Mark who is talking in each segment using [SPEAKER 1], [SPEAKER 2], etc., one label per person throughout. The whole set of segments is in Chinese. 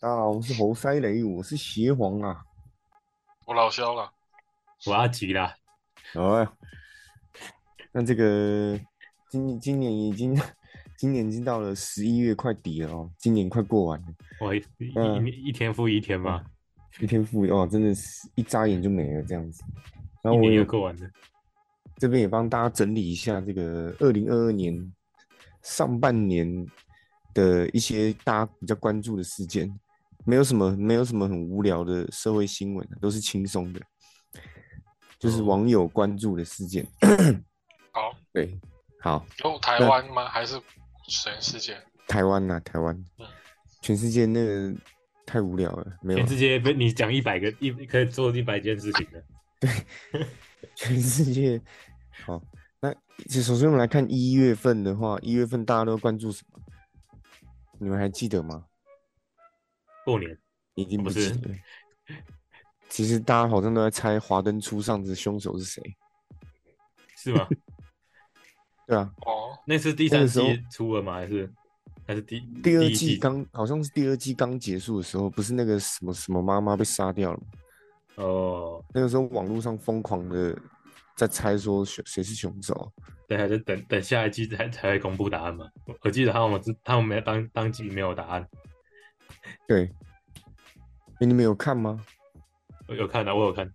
[SPEAKER 1] 大家好，啊我是猴塞雷，我是邪皇啊。
[SPEAKER 2] 我老肖了，
[SPEAKER 3] 我要急了，
[SPEAKER 1] 好，啊那这个今今年已经今年已经到了十一月，快底了哦，今年快过完了，
[SPEAKER 3] 我一一
[SPEAKER 1] 嗯
[SPEAKER 3] 一一天复一天嘛，
[SPEAKER 1] 一天复一哦，真的是一眨眼就没了这样子。然后
[SPEAKER 3] 一
[SPEAKER 1] 我
[SPEAKER 3] 年
[SPEAKER 1] 有
[SPEAKER 3] 又过完了。
[SPEAKER 1] 这边也帮大家整理一下这个二零二二年上半年的一些大家比较关注的事件，没有什么没有什么很无聊的社会新闻啊，都是轻松的，就是
[SPEAKER 3] 哦
[SPEAKER 1] 网友关注的事件。
[SPEAKER 2] 好，
[SPEAKER 1] 对，好，
[SPEAKER 2] 有台湾吗？还是全世界？
[SPEAKER 1] 台湾呐、台湾
[SPEAKER 2] 嗯，
[SPEAKER 1] 全世界那个太无聊了，没有
[SPEAKER 3] 全
[SPEAKER 1] 啊，
[SPEAKER 3] 世界被你讲一百个一可以做一百件事情的，
[SPEAKER 1] 全世界。好，那其实首先我们来看一月份的话，一月份大家都关注什么？你们还记得吗？
[SPEAKER 3] 过年
[SPEAKER 1] 已经
[SPEAKER 3] 不
[SPEAKER 1] 记
[SPEAKER 3] 哦是
[SPEAKER 1] 得了。其实大家好像都在猜《华灯初上》的凶手是谁，
[SPEAKER 3] 是吗？
[SPEAKER 1] 对啊，
[SPEAKER 2] 哦，
[SPEAKER 3] 那是第
[SPEAKER 1] 那
[SPEAKER 3] 三
[SPEAKER 1] 个时候
[SPEAKER 3] 季出了吗？还是还是嗯第
[SPEAKER 1] 第二
[SPEAKER 3] 一
[SPEAKER 1] 季刚好像是第二季刚结束的时候，不是那个什么什么妈妈被杀掉了吗，
[SPEAKER 3] 哦？
[SPEAKER 1] 那个时候网络上疯狂的在猜说谁谁是凶手，啊
[SPEAKER 3] 对，还是等等下一季才才会公布答案嘛？我我记得他们是他们没有当当季没有答案，
[SPEAKER 1] 对，哎，你们有看吗？
[SPEAKER 3] 我有看的、啊我有看。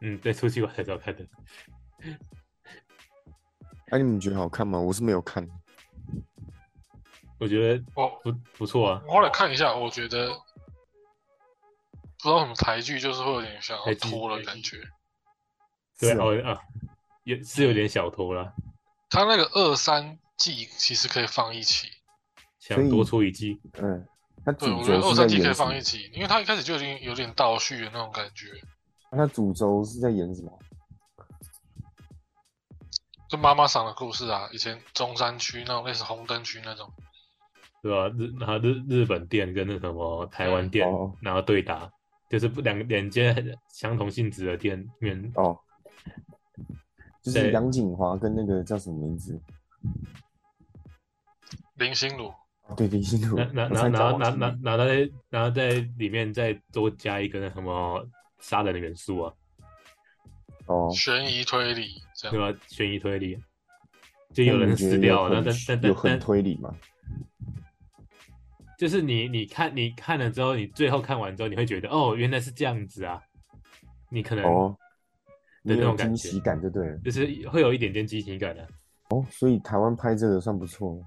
[SPEAKER 3] 嗯，对，出去我才知道看的。
[SPEAKER 1] 哎、你们觉得好看吗？我是没有看，
[SPEAKER 3] 我觉得
[SPEAKER 2] 我
[SPEAKER 3] 不不错啊，
[SPEAKER 2] 我后来看一下，我觉得不知道什么台剧，就是会有点想要
[SPEAKER 3] 台剧
[SPEAKER 2] 拖的感觉。
[SPEAKER 3] 对
[SPEAKER 1] 是
[SPEAKER 3] 啊
[SPEAKER 1] 哦
[SPEAKER 3] 哦啊，也是有点小偷啦，
[SPEAKER 2] 它那个二三季其实可以放一起，
[SPEAKER 1] 所
[SPEAKER 3] 想
[SPEAKER 1] 以
[SPEAKER 3] 多出一季。
[SPEAKER 1] 嗯，他主
[SPEAKER 2] 对我觉得
[SPEAKER 1] 轴
[SPEAKER 2] 二
[SPEAKER 1] 是在
[SPEAKER 2] 三季可以
[SPEAKER 1] 演什么
[SPEAKER 2] 放一？起，因为它一开始就已经有点倒叙的那种感觉。
[SPEAKER 1] 他主轴是在演什么？
[SPEAKER 2] 就妈妈桑的故事啊，以前中山区那种类似红灯区那种，
[SPEAKER 3] 对吧、日然后日日本店跟那什么台湾店，
[SPEAKER 1] 哦
[SPEAKER 3] 然后对打，就是不两个两间很相同性质的店面，
[SPEAKER 1] 哦，就是
[SPEAKER 3] 对
[SPEAKER 1] 杨锦华跟那个叫什么名字？
[SPEAKER 2] 林心如
[SPEAKER 1] 啊对，林心如。
[SPEAKER 3] 那那
[SPEAKER 1] 我
[SPEAKER 3] 然
[SPEAKER 1] 差点
[SPEAKER 3] 后然后
[SPEAKER 1] 讲忘
[SPEAKER 3] 然后
[SPEAKER 1] 记
[SPEAKER 3] 然后然后在然后在里面再多加一个那什么杀人的元素啊，
[SPEAKER 1] 哦，
[SPEAKER 2] 悬疑推理这
[SPEAKER 3] 对
[SPEAKER 2] 样，
[SPEAKER 3] 吧、悬疑推理，就 有人死掉了，
[SPEAKER 1] 那
[SPEAKER 3] 那
[SPEAKER 1] 你
[SPEAKER 3] 但
[SPEAKER 1] 觉
[SPEAKER 3] 但
[SPEAKER 1] 得嗯有
[SPEAKER 3] 但
[SPEAKER 1] 很有很
[SPEAKER 3] 但
[SPEAKER 1] 推理嘛？
[SPEAKER 3] 就是你你看你看了之后，你最后看完之后，你会觉得哦，原来是这样子啊，你可能
[SPEAKER 1] 哦，你
[SPEAKER 3] 的那
[SPEAKER 1] 有
[SPEAKER 3] 种感
[SPEAKER 1] 惊
[SPEAKER 3] 觉
[SPEAKER 1] 喜感就对了。
[SPEAKER 3] 就是会有一点点激情感的、啊
[SPEAKER 1] 哦，所以台湾拍这个算不错了。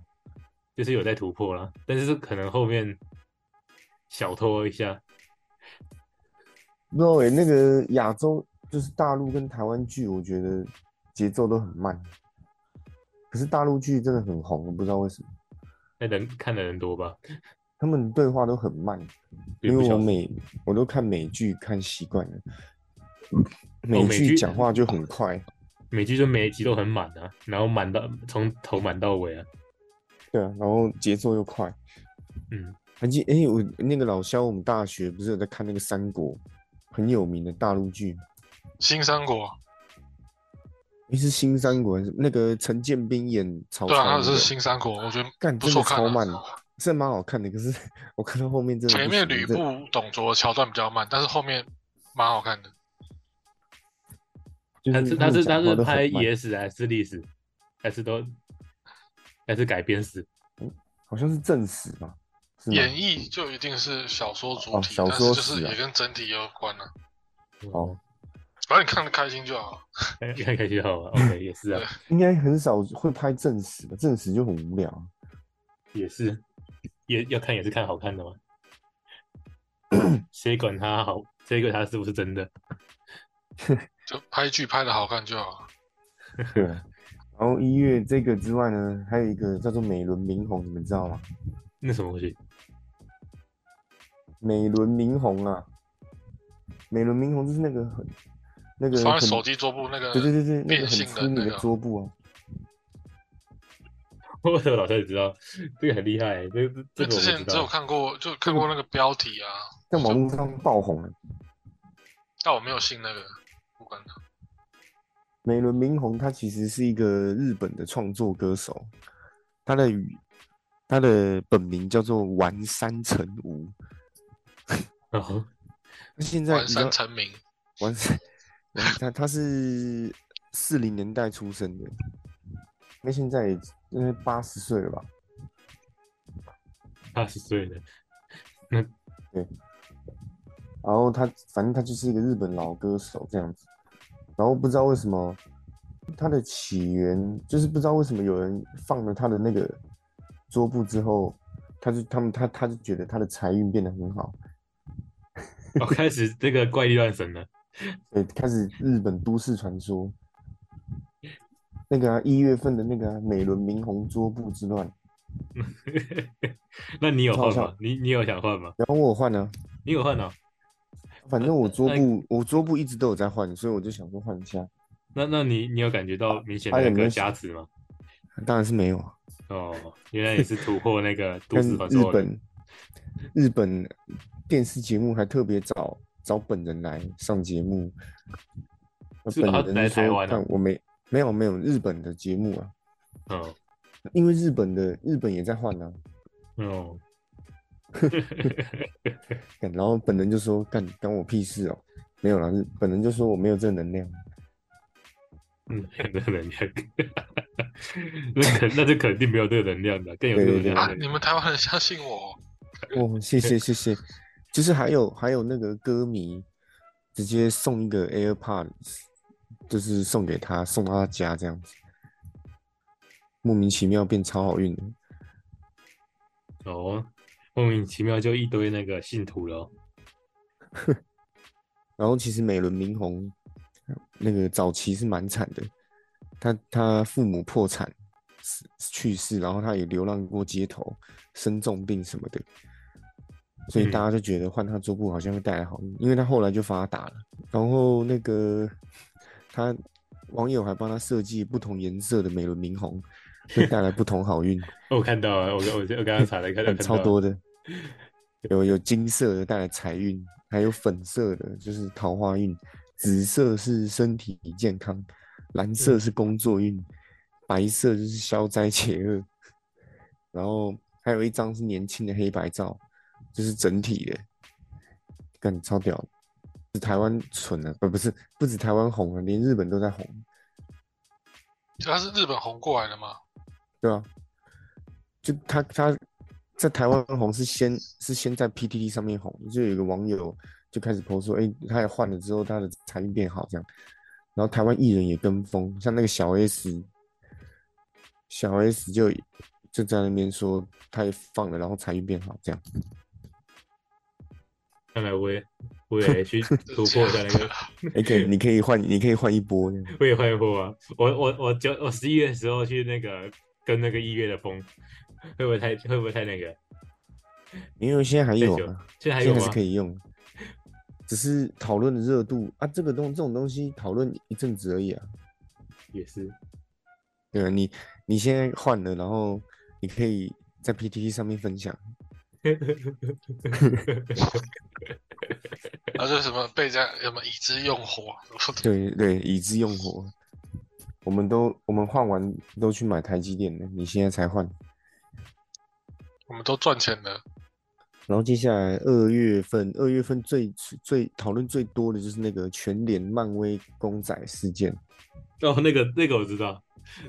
[SPEAKER 3] 就是有在突破啦，但是可能后面小拖一下，
[SPEAKER 1] 不知道欸那个亚洲就是大陆跟台湾剧，我觉得节奏都很慢。可是大陆剧真的很红，我不知道为什么，
[SPEAKER 3] 那人看的人多吧？
[SPEAKER 1] 他们对话都很慢。因
[SPEAKER 3] 不
[SPEAKER 1] 为
[SPEAKER 3] 晓
[SPEAKER 1] 我
[SPEAKER 3] 得
[SPEAKER 1] 美我都看美剧看习惯了，美
[SPEAKER 3] 哦美
[SPEAKER 1] 剧
[SPEAKER 3] 剧
[SPEAKER 1] 讲话就很快。
[SPEAKER 3] 每剧就每一集都很满啊，然后满到从头满到尾啊，
[SPEAKER 1] 对啊，然后节奏又快。
[SPEAKER 3] 嗯，
[SPEAKER 1] 还记哎、我那个老肖，我们大学不是有在看那个《三国》，很有名的大陆剧，
[SPEAKER 2] 新三国，
[SPEAKER 1] 诶是《新三国》还是那个陈建斌演曹操
[SPEAKER 2] 对啊，
[SPEAKER 1] 那
[SPEAKER 2] 它
[SPEAKER 1] 个？
[SPEAKER 2] 是新三国，我觉得
[SPEAKER 1] 干
[SPEAKER 2] 不
[SPEAKER 1] 真
[SPEAKER 2] 错
[SPEAKER 1] 的
[SPEAKER 2] 看、
[SPEAKER 1] 超慢
[SPEAKER 2] 啊。，
[SPEAKER 1] 这蛮好看的。可是我看到后面真的
[SPEAKER 2] 前
[SPEAKER 1] 不
[SPEAKER 2] 面
[SPEAKER 1] 行
[SPEAKER 2] 吕
[SPEAKER 1] 这
[SPEAKER 2] 布、董卓的桥段比较慢，但是后面蛮好看的。
[SPEAKER 1] 就
[SPEAKER 3] 他
[SPEAKER 1] 是
[SPEAKER 3] 是
[SPEAKER 1] 嗯他
[SPEAKER 3] 他
[SPEAKER 1] 们
[SPEAKER 3] 是
[SPEAKER 1] 讲
[SPEAKER 3] 他
[SPEAKER 1] 话
[SPEAKER 3] 是
[SPEAKER 1] 都
[SPEAKER 3] 拍
[SPEAKER 1] 很慢
[SPEAKER 3] 野史还是历史，还是都还是改编史？
[SPEAKER 1] 好像是正史吧？是吗
[SPEAKER 2] 演义就一定是小说主
[SPEAKER 1] 嗯哦
[SPEAKER 2] 体，
[SPEAKER 1] 小
[SPEAKER 2] 但
[SPEAKER 1] 说
[SPEAKER 2] 是就是是
[SPEAKER 1] 啊
[SPEAKER 2] 也跟整体也有关了、啊。
[SPEAKER 1] 哦，
[SPEAKER 2] 反正你看得开心就好。啊
[SPEAKER 3] 看哎看开心好了 ，OK 也是啊，
[SPEAKER 1] 应该很少会拍正史吧？正史就很无聊。啊
[SPEAKER 3] 也是也要看也是看好看的 嘛，谁管他好，谁管他是不是真的？
[SPEAKER 2] 就拍剧拍的好看就好。啊
[SPEAKER 1] 对。啊 然后一月这个之外呢，还有一个叫做美轮明宏，你们知道吗？
[SPEAKER 3] 那什么东西？
[SPEAKER 1] 美轮明宏啊，美轮明宏就是那个很那个
[SPEAKER 2] 放在
[SPEAKER 1] 很
[SPEAKER 2] 手机桌布那个，
[SPEAKER 1] 对对对对，那个
[SPEAKER 2] 变
[SPEAKER 1] 很
[SPEAKER 2] 性
[SPEAKER 1] 出
[SPEAKER 2] 的
[SPEAKER 1] 名
[SPEAKER 2] 那
[SPEAKER 1] 的
[SPEAKER 2] 个
[SPEAKER 1] 桌布啊。
[SPEAKER 3] 我怎么老师也知道？这个很厉害欸，这个这
[SPEAKER 2] 那
[SPEAKER 3] 个
[SPEAKER 2] 之
[SPEAKER 3] 我不知
[SPEAKER 2] 前只有
[SPEAKER 3] 道。
[SPEAKER 2] 看过，就看过那个标题啊，
[SPEAKER 1] 在网络上爆红啊了。
[SPEAKER 2] 但我没有信那个，不管它。
[SPEAKER 1] 美轮明宏他其实是一个日本的创作歌手，他的语他的本名叫做丸山成吾，
[SPEAKER 3] 然后
[SPEAKER 1] 那现在
[SPEAKER 2] 完
[SPEAKER 1] 你知道
[SPEAKER 2] 善成名，
[SPEAKER 1] 完善，完 他他是四零年代出生的，那现在应该八十岁了吧？
[SPEAKER 3] 八十岁了，
[SPEAKER 1] 然后他反正他就是一个日本老歌手这样子，然后不知道为什么他的起源就是不知道为什么有人放了他的那个桌布之后，他就他们他他就觉得他的财运变得很好，
[SPEAKER 3] 我、哦开始这个怪力乱神了。
[SPEAKER 1] 对，开始日本都市传说，那个啊一、月份的那个啊、美轮明宏桌布之乱，
[SPEAKER 3] 那你有换
[SPEAKER 1] 超
[SPEAKER 3] 吗
[SPEAKER 1] 像？
[SPEAKER 3] 你你有想换吗？
[SPEAKER 1] 然后我有换啊，
[SPEAKER 3] 你有换哦。
[SPEAKER 1] 反正我桌
[SPEAKER 3] 那
[SPEAKER 1] 布我桌布一直都有在换，所以我就想说换一下，
[SPEAKER 3] 那那你你有感觉到明显的
[SPEAKER 1] 哎有
[SPEAKER 3] 那
[SPEAKER 1] 没
[SPEAKER 3] 个
[SPEAKER 1] 有
[SPEAKER 3] 瑕疵吗？
[SPEAKER 1] 当然是没有啊。
[SPEAKER 3] 哦，原来你是突破 那个都
[SPEAKER 1] 但
[SPEAKER 3] 市
[SPEAKER 1] 是
[SPEAKER 3] 传
[SPEAKER 1] 日
[SPEAKER 3] 说的。
[SPEAKER 1] 本日本电视节目还特别找找本人来上节目，那
[SPEAKER 3] 是吧
[SPEAKER 1] 本
[SPEAKER 3] 来
[SPEAKER 1] 人
[SPEAKER 3] 台
[SPEAKER 1] 说
[SPEAKER 3] 湾啊
[SPEAKER 1] 看我没没有没有日本的节目啊，
[SPEAKER 3] 嗯
[SPEAKER 1] 因为日本的日本也在换啊，
[SPEAKER 3] 嗯，
[SPEAKER 1] 干然后本人就说干干我屁事哦，没有啦，日本人就说我没有这个能量，
[SPEAKER 3] 嗯， 没有能量，那肯那就肯定没有这个能量的，更有这个
[SPEAKER 1] 对对
[SPEAKER 3] 能
[SPEAKER 1] 对
[SPEAKER 3] 量
[SPEAKER 2] 啊
[SPEAKER 3] 的。！
[SPEAKER 2] 你们台湾人相信我，
[SPEAKER 1] 哦，谢谢谢谢，就是还有还有那个歌迷直接送一个 AirPod，就是送给他送到他家这样子，莫名其妙变超好运的。
[SPEAKER 3] 哦，莫名其妙就一堆那个信徒了哦。
[SPEAKER 1] 然后其实美轮明宏那个早期是蛮惨的，他他父母破产死去世，然后他也流浪过街头，生重病什么的，所以
[SPEAKER 3] 嗯
[SPEAKER 1] 大家就觉得换他桌布好像会带来好运，因为他后来就发达了。然后那个他网友还帮他设计不同颜色的美轮明宏，会带来不同好运，
[SPEAKER 3] 哦我看到了，我我我刚刚查了一下，看到
[SPEAKER 1] 超
[SPEAKER 3] 了
[SPEAKER 1] 多的，有有金色的带来财运，还有粉色的，就是桃花运；紫色是身体健康，蓝色是工作运，白色就是消灾解厄。然后还有一张是年轻的黑白照，就是整体的，干超屌的。是台湾蠢了，呃，不是，不止台湾红啊了，连日本都在红，
[SPEAKER 2] 他是日本红过来的嘛？
[SPEAKER 1] 对啊，就他他在台湾红是先是先在 PTT 上面红，就有一个网友就开始 po 说，哎、他也换了之后，他的财运变好这样，然后台湾艺人也跟风，像那个小 S，小 S 就就在那边说他也放了，然后财运变好 这样，
[SPEAKER 3] 看来我也我也去突破一下那个，
[SPEAKER 1] 哎、可以你可以换你可以换一波这 样，
[SPEAKER 3] 我也换一波啊！我我我九我十一月的时候去那个跟那个一月的风，会不会太会不会太那个？
[SPEAKER 1] 因为现在还有
[SPEAKER 3] 太久
[SPEAKER 1] 啊，
[SPEAKER 3] 现在还
[SPEAKER 1] 现
[SPEAKER 3] 有
[SPEAKER 1] 在是
[SPEAKER 3] 吗
[SPEAKER 1] 可？以用。只是讨论的热度啊，这个东这种东西讨论一阵子而已啊，
[SPEAKER 3] 也是，
[SPEAKER 1] 对啊，你你现在换了，然后你可以在 PTT 上面分享，
[SPEAKER 2] 然后就什么被人家什么以之用火，
[SPEAKER 1] 对对，以资用火。我们都我们换完都去买台积电了，你现在才换。
[SPEAKER 2] 我们都赚钱了，
[SPEAKER 1] 然后接下来二月份，二月份最最讨论最多的就是那个全联漫威公仔事件。
[SPEAKER 3] 哦，那个那个我知道，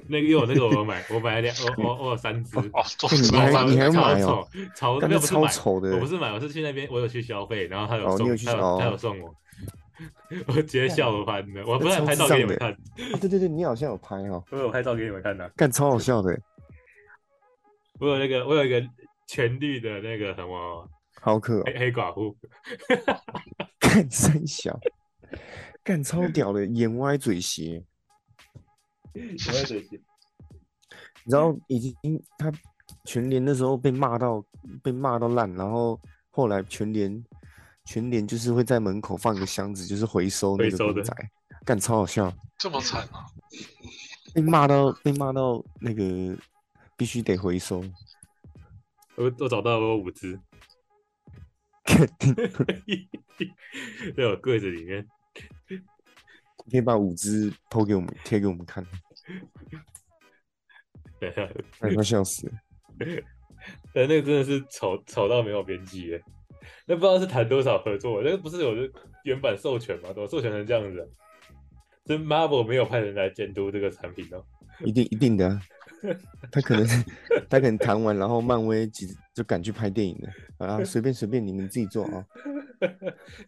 [SPEAKER 3] 那个因为我那个我有买，我买了两，我我我有三只，
[SPEAKER 2] 哦，做
[SPEAKER 1] 你
[SPEAKER 3] 然后
[SPEAKER 1] 还
[SPEAKER 3] 我
[SPEAKER 1] 你还
[SPEAKER 3] 超
[SPEAKER 1] 买
[SPEAKER 3] 丑
[SPEAKER 1] 哦，
[SPEAKER 3] 超
[SPEAKER 1] 干
[SPEAKER 3] 没有
[SPEAKER 1] 这
[SPEAKER 3] 不是
[SPEAKER 1] 超
[SPEAKER 3] 买，
[SPEAKER 1] 丑的
[SPEAKER 3] 我不是买，我是去那边我有去消费，然后他有
[SPEAKER 1] 哦你
[SPEAKER 3] 送，
[SPEAKER 1] 有去
[SPEAKER 3] 他有他有
[SPEAKER 1] 哦
[SPEAKER 3] 送我， 我直接笑我翻的，我不
[SPEAKER 1] 那
[SPEAKER 3] 是
[SPEAKER 1] 超
[SPEAKER 3] 拍
[SPEAKER 1] 智
[SPEAKER 3] 照给你
[SPEAKER 1] 障的
[SPEAKER 3] 们看，
[SPEAKER 1] 啊对对对，你好像有拍哦，
[SPEAKER 3] 我有拍照给你们看的，
[SPEAKER 1] 干超好笑的，
[SPEAKER 3] 我有那个我有一个全绿的那个什么
[SPEAKER 1] 好可哦
[SPEAKER 3] 黑，黑寡妇，
[SPEAKER 1] 干三小， 干超屌的，眼歪嘴斜。
[SPEAKER 3] 我有嘴型
[SPEAKER 1] 你知
[SPEAKER 3] 嗯
[SPEAKER 1] 道已经他全联那时候被骂到被骂到烂，然后后来全联全联就是会在门口放一个箱子，就是回收那
[SPEAKER 3] 回
[SPEAKER 1] 个
[SPEAKER 3] 收的
[SPEAKER 1] 公仔，干超好笑，
[SPEAKER 2] 这么惨啊！
[SPEAKER 1] 被骂到被骂到那个必须得回收，
[SPEAKER 3] 我我找到了我有五只， 在我柜子里面，
[SPEAKER 1] 可以把五只偷给我们贴给我们看，
[SPEAKER 3] 对啊，
[SPEAKER 1] 哎快笑死了，
[SPEAKER 3] 对，那个真的是丑丑到没有边际耶。那不知道是谈多少合作，那个不是有原版授权吗？怎么授权成这样子啊、是 Marvel 没有派人来监督这个产品哦。
[SPEAKER 1] 一定一定 的、啊。他可能他可能谈完，然后漫威其实就赶去拍电影了啊，随便随便你们自己做啊、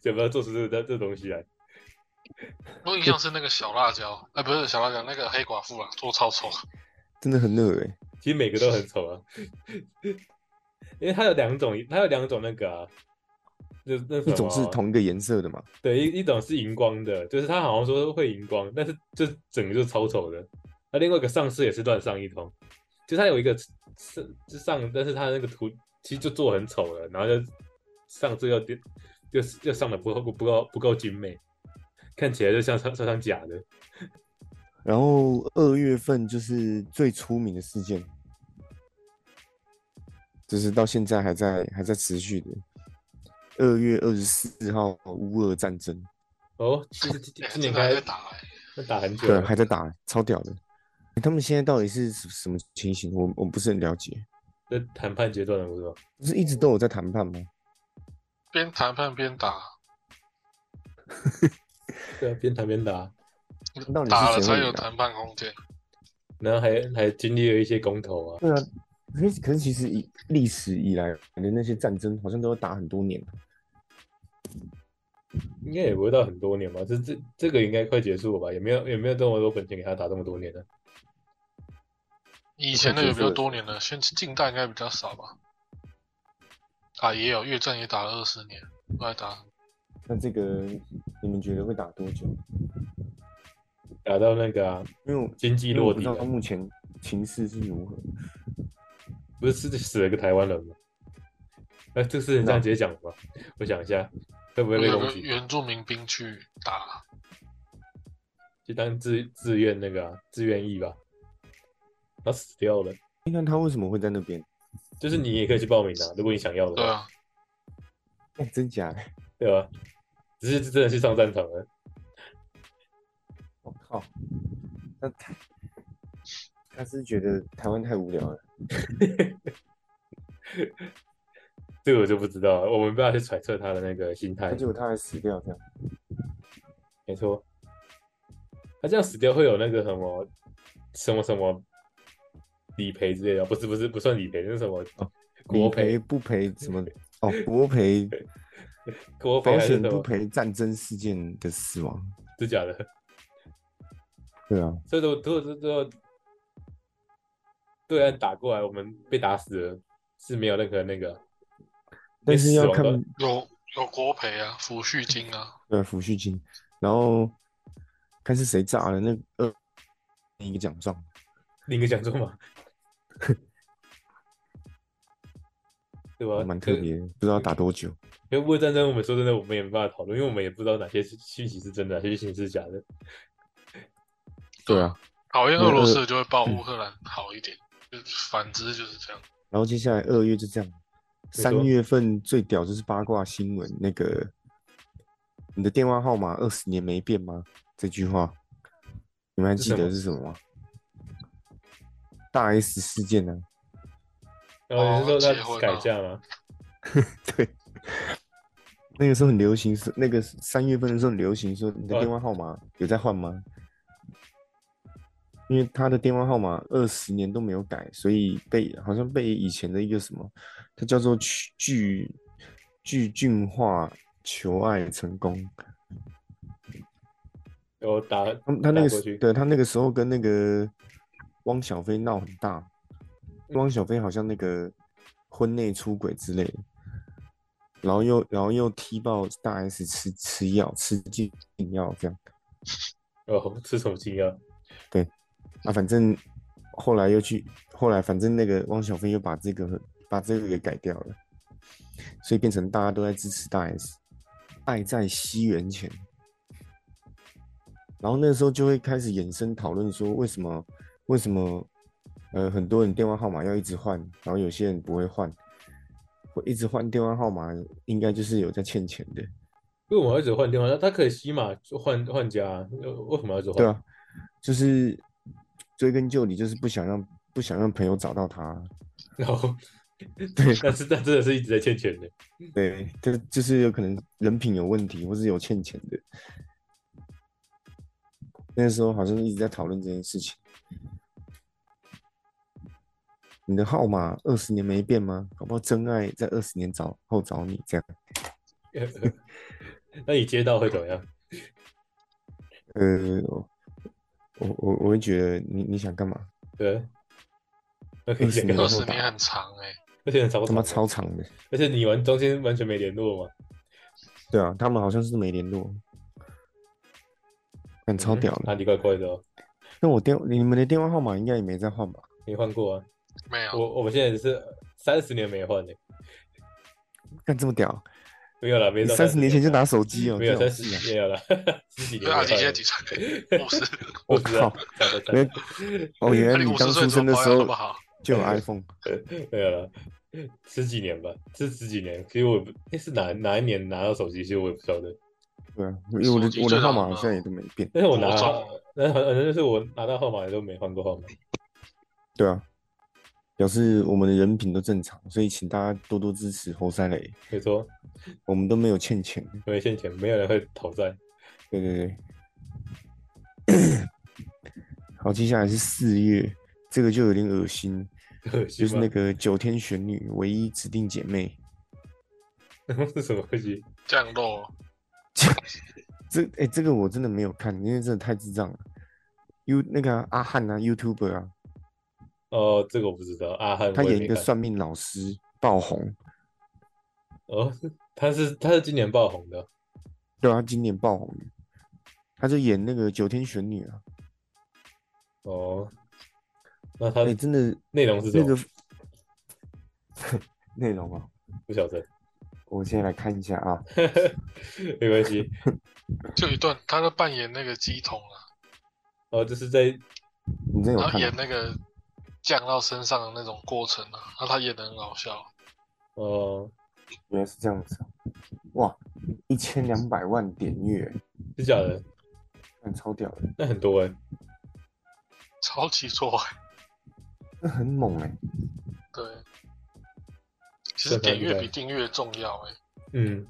[SPEAKER 3] 怎么要做出这这这东西来？
[SPEAKER 2] 我印象是那个小辣椒，哎，不是小辣椒，那个黑寡妇啊，做超丑。
[SPEAKER 1] 真的很热哎、
[SPEAKER 3] 其实每个都很丑啊， 因为它有两种，它有两种那个、啊，就那什
[SPEAKER 1] 一种是
[SPEAKER 3] 么
[SPEAKER 1] 同一个颜色的嘛，
[SPEAKER 3] 对，一一种是荧光的，就是它好像说会荧光，但是就整个就是超丑的。那另外一个上市也是乱上一通，就它有一个上就上，但是它那个图其实就做很丑了，然后就上市又丢又又上的不够不够不够精美，看起来就像超超像假的。
[SPEAKER 1] 然后二月份就是最出名的事件，就是到现在还在还在持续的。二月二十四号乌俄战争，
[SPEAKER 3] 哦，今今今
[SPEAKER 2] 哎
[SPEAKER 3] 今年
[SPEAKER 2] 真的还
[SPEAKER 3] 开
[SPEAKER 2] 在打哎、
[SPEAKER 3] 那打很久
[SPEAKER 1] 对，
[SPEAKER 3] 了，
[SPEAKER 1] 还在打，超屌的。他们现在到底是什什么情形？我我不是很了解，
[SPEAKER 3] 在谈判阶段了，不是吗？
[SPEAKER 1] 不是一直都有在谈判吗？
[SPEAKER 2] 边谈判边打，
[SPEAKER 3] 对啊，边谈边打，
[SPEAKER 1] 到底是
[SPEAKER 2] 打
[SPEAKER 1] 谁
[SPEAKER 2] 了才
[SPEAKER 1] 会
[SPEAKER 2] 有
[SPEAKER 1] 赢啊
[SPEAKER 2] 谈判空间。
[SPEAKER 3] 然后还还经历了一些公投啊，
[SPEAKER 1] 对啊，可是可是其实以历史以来的那些战争，好像都要打很多年。
[SPEAKER 3] 应该也不会到很多年吧，这这这个应该快结束了吧，也没有也没有这么多本钱给他打这么多年了。
[SPEAKER 2] 以前的有比较多年的，现近代应该比较少吧。啊，也有越战也打了二十年，后来打
[SPEAKER 1] 那这个你们觉得会打多久？
[SPEAKER 3] 打到那个啊、
[SPEAKER 1] 因为我
[SPEAKER 3] 经济
[SPEAKER 1] 因为嗯我
[SPEAKER 3] 落
[SPEAKER 1] 不
[SPEAKER 3] 地
[SPEAKER 1] 知道
[SPEAKER 3] 了，
[SPEAKER 1] 目前情势是如何。
[SPEAKER 3] 不是是死了一个台湾人吗？哎、这是你这样直接讲的吗？我想一下，会不会被
[SPEAKER 2] 有
[SPEAKER 3] 攻
[SPEAKER 2] 个
[SPEAKER 3] 击？
[SPEAKER 2] 原住民兵去打，
[SPEAKER 3] 就当自自愿那个、啊、自愿役吧，然后死掉了，
[SPEAKER 1] 你看他为什么会在那边？
[SPEAKER 3] 就是你也可以去报名啊，如果你想要的
[SPEAKER 2] 对
[SPEAKER 3] 话，
[SPEAKER 2] 啊，
[SPEAKER 1] 哎、真假的？
[SPEAKER 3] 对吧、只是真的去上战场了，
[SPEAKER 1] 我、靠！那他他是觉得台湾太无聊了。
[SPEAKER 3] 这个我就不知道了，我们不要去揣测他的那个心态。
[SPEAKER 1] 结果他还死掉，这样
[SPEAKER 3] 没错，他这样死掉会有那个什么什么什么理赔之类的，不是不是不算理赔，那是什么
[SPEAKER 1] 哦
[SPEAKER 3] 国
[SPEAKER 1] 理赔
[SPEAKER 3] 赔
[SPEAKER 1] 不 赔什么？哦，国赔
[SPEAKER 3] 国赔
[SPEAKER 1] 保
[SPEAKER 3] 还是
[SPEAKER 1] 险
[SPEAKER 3] 什
[SPEAKER 1] 不
[SPEAKER 3] 么？
[SPEAKER 1] 赔战争事件的死亡。
[SPEAKER 3] 是假的，
[SPEAKER 1] 对啊，
[SPEAKER 3] 所以说如果是最后对岸打过来，我们被打死了是没有任何那个，
[SPEAKER 1] 但是要
[SPEAKER 3] 连死
[SPEAKER 1] 看
[SPEAKER 3] 亡都
[SPEAKER 2] 有有国赔啊，抚恤金啊，
[SPEAKER 1] 对抚恤金，然后看是谁炸了那二一个奖状。
[SPEAKER 3] 另一个讲座 嘛，呃对吧？
[SPEAKER 1] 哦蛮特
[SPEAKER 3] 可
[SPEAKER 1] 别的，不知道打多久。
[SPEAKER 3] 因为乌俄战争，我们说真的，我们也没办法讨论，因为我们也不知道哪些是讯息是真的，哪些讯息是假的。
[SPEAKER 1] 对啊，
[SPEAKER 2] 讨厌俄罗斯的就会报
[SPEAKER 3] 嗯
[SPEAKER 2] 乌克兰好一点，就反之就是这样。
[SPEAKER 1] 然后接下来二月就这样，
[SPEAKER 3] 错
[SPEAKER 1] 三月份最屌就是八卦新闻那个，你的电话号码二十年没变吗？这句话，你们还记得是什么吗？大 S 事件啊呢、
[SPEAKER 3] 然后你是
[SPEAKER 2] 哦结
[SPEAKER 3] 说他
[SPEAKER 2] 婚
[SPEAKER 3] 改
[SPEAKER 2] 了
[SPEAKER 3] 嫁吗？
[SPEAKER 1] 对，那个时候很流行说，那个三月份的时候很流行说，你的
[SPEAKER 3] 啊
[SPEAKER 1] 电话号码有在换吗？因为他的电话号码二十年都没有改，所以被好像被以前的一个什么，它叫做去聚聚俊化求爱成功。
[SPEAKER 3] 然后打
[SPEAKER 1] 他他那个
[SPEAKER 3] 打过
[SPEAKER 1] 时
[SPEAKER 3] 去，
[SPEAKER 1] 对他那个时候跟那个汪小菲闹很大，
[SPEAKER 3] 嗯
[SPEAKER 1] 汪小菲好像那个婚内出轨之类的，然后又然后又踢爆大 S 吃吃药吃禁药这样
[SPEAKER 3] 哦，吃什么鸡啊？
[SPEAKER 1] 啊，反正后来又去后来反正那个汪小菲又把这个把这个给改掉了，所以变成大家都在支持大 S，爱在西元前。然后那时候就会开始衍生讨论说，为什么为什么呃很多人电话号码要一直换，然后有些人不会换，会一直换电话号码，应该就是有在欠钱的，
[SPEAKER 3] 为什么要一直换电话？他他可以吸嘛，就换换家啊，呃为什么要一直换？
[SPEAKER 1] 对啊，就是追根究底，就是不想让不想让朋友找到他，
[SPEAKER 3] 然后
[SPEAKER 1] 对啊
[SPEAKER 3] 但是但真的是一直在欠 钱的。
[SPEAKER 1] 对，这就是有可能人品有问题，或是有欠钱的。那时候好像一直在讨论这件事情。你的号码二十年没变吗？搞不好真爱在二十年找后找你这样。
[SPEAKER 3] 那你接到会怎么样？
[SPEAKER 1] 呃，我我我我会觉得你你想干嘛？
[SPEAKER 3] 对，啊那可以先跟
[SPEAKER 1] 然
[SPEAKER 3] 他
[SPEAKER 1] 后20
[SPEAKER 2] 二十
[SPEAKER 1] 年
[SPEAKER 2] 年很长哎、
[SPEAKER 3] 而且很超
[SPEAKER 1] 他妈
[SPEAKER 3] 长
[SPEAKER 1] 超
[SPEAKER 3] 的
[SPEAKER 1] 长的。
[SPEAKER 3] 而且你完中间完全没联络嘛，
[SPEAKER 1] 对啊，他们好像是没联络，很超屌
[SPEAKER 3] 哪
[SPEAKER 1] 的。
[SPEAKER 3] 里怪怪的、哦？
[SPEAKER 1] 那我电你们的电话号码应该也没在换吧？
[SPEAKER 3] 没换过啊，
[SPEAKER 2] 没有，
[SPEAKER 3] 我我们现在是三十年没换的，
[SPEAKER 1] 干这么屌，
[SPEAKER 3] 没有了，没
[SPEAKER 1] 你
[SPEAKER 3] 到
[SPEAKER 1] 三十年前就
[SPEAKER 3] 拿
[SPEAKER 1] 拿手机哦，
[SPEAKER 3] 没有
[SPEAKER 1] 这
[SPEAKER 3] 三
[SPEAKER 1] 种事 啊
[SPEAKER 3] 十没有了， 十几
[SPEAKER 2] 因为
[SPEAKER 3] 年
[SPEAKER 2] 阿
[SPEAKER 3] 没
[SPEAKER 2] 迪现在
[SPEAKER 3] 换
[SPEAKER 2] 几
[SPEAKER 3] 了。
[SPEAKER 2] 岁？五十。
[SPEAKER 1] 我
[SPEAKER 3] 我知道
[SPEAKER 1] 靠，
[SPEAKER 3] 差不多差
[SPEAKER 1] 没
[SPEAKER 3] 不多
[SPEAKER 1] 哦，原
[SPEAKER 2] 那
[SPEAKER 1] 来
[SPEAKER 2] 你
[SPEAKER 1] 你
[SPEAKER 2] 五
[SPEAKER 1] 刚
[SPEAKER 2] 十岁
[SPEAKER 1] 出
[SPEAKER 2] 怎
[SPEAKER 1] 生
[SPEAKER 2] 么
[SPEAKER 1] 的
[SPEAKER 2] 保
[SPEAKER 1] 时
[SPEAKER 2] 养那
[SPEAKER 1] 候
[SPEAKER 2] 么好？
[SPEAKER 1] 就有 iPhone，
[SPEAKER 3] 没有了，啊十几年吧，是十几年。其实我也不诶是哪哪一年拿到手机，其实我也不晓得。
[SPEAKER 1] 对啊，因为我
[SPEAKER 2] 手机
[SPEAKER 1] 的我
[SPEAKER 2] 最
[SPEAKER 1] 的
[SPEAKER 2] 老
[SPEAKER 1] 号码好
[SPEAKER 2] 嘛
[SPEAKER 1] 像也都没变，
[SPEAKER 3] 但是我拿
[SPEAKER 2] 国
[SPEAKER 3] 到
[SPEAKER 2] 中，
[SPEAKER 3] 那反正就是我拿到号码也都没换过号码。
[SPEAKER 1] 对啊，表示我们的人品都正常，所以请大家多多支持侯三雷，
[SPEAKER 3] 没错，
[SPEAKER 1] 我们都没有欠钱，
[SPEAKER 3] 没现钱，没有人会讨债。
[SPEAKER 1] 对对对。 好，接下来是四月，这个就有点恶心，
[SPEAKER 3] 恶
[SPEAKER 1] 就
[SPEAKER 3] 心
[SPEAKER 1] 是
[SPEAKER 3] 吗
[SPEAKER 1] 那个九天玄女唯一指定姐妹，
[SPEAKER 3] 是什么东西？
[SPEAKER 2] 降落，
[SPEAKER 1] 这哎、这个我真的没有看，因为真的太智障了。You 那个啊阿汉啊，YouTuber 啊，
[SPEAKER 3] 哦，这个我不知道。阿汉
[SPEAKER 1] 他
[SPEAKER 3] 我也
[SPEAKER 1] 演一
[SPEAKER 3] 没
[SPEAKER 1] 个
[SPEAKER 3] 看
[SPEAKER 1] 算命老师爆红，
[SPEAKER 3] 哦，他是他是今年爆红的。
[SPEAKER 1] 对啊，他今年爆红的，他就演那个九天玄女啊，
[SPEAKER 3] 哦，那他
[SPEAKER 1] 哎、真的
[SPEAKER 3] 内容是什
[SPEAKER 1] 那
[SPEAKER 3] 么？
[SPEAKER 1] 个内容啊，
[SPEAKER 3] 不晓得，
[SPEAKER 1] 我现在来看一下啊，
[SPEAKER 3] 没关系。
[SPEAKER 2] 就一段，他在扮演那个鸡桶啊，
[SPEAKER 3] 哦，就是在
[SPEAKER 1] 你真有
[SPEAKER 2] 然后
[SPEAKER 1] 看、
[SPEAKER 2] 演
[SPEAKER 1] 啊？
[SPEAKER 2] 那个降到身上的那种过程啊，那他演的很搞笑。
[SPEAKER 3] 哦，
[SPEAKER 1] 原来是这样子啊、哇，一千两百万点阅，
[SPEAKER 3] 是假的，
[SPEAKER 1] 看超屌的，
[SPEAKER 3] 那很多哎、
[SPEAKER 2] 超级做欸，
[SPEAKER 1] 那很猛哎、
[SPEAKER 2] 对。其实
[SPEAKER 3] 对
[SPEAKER 2] 点
[SPEAKER 3] 对
[SPEAKER 2] 阅
[SPEAKER 3] 对
[SPEAKER 2] 比订阅重要哎、
[SPEAKER 3] 嗯，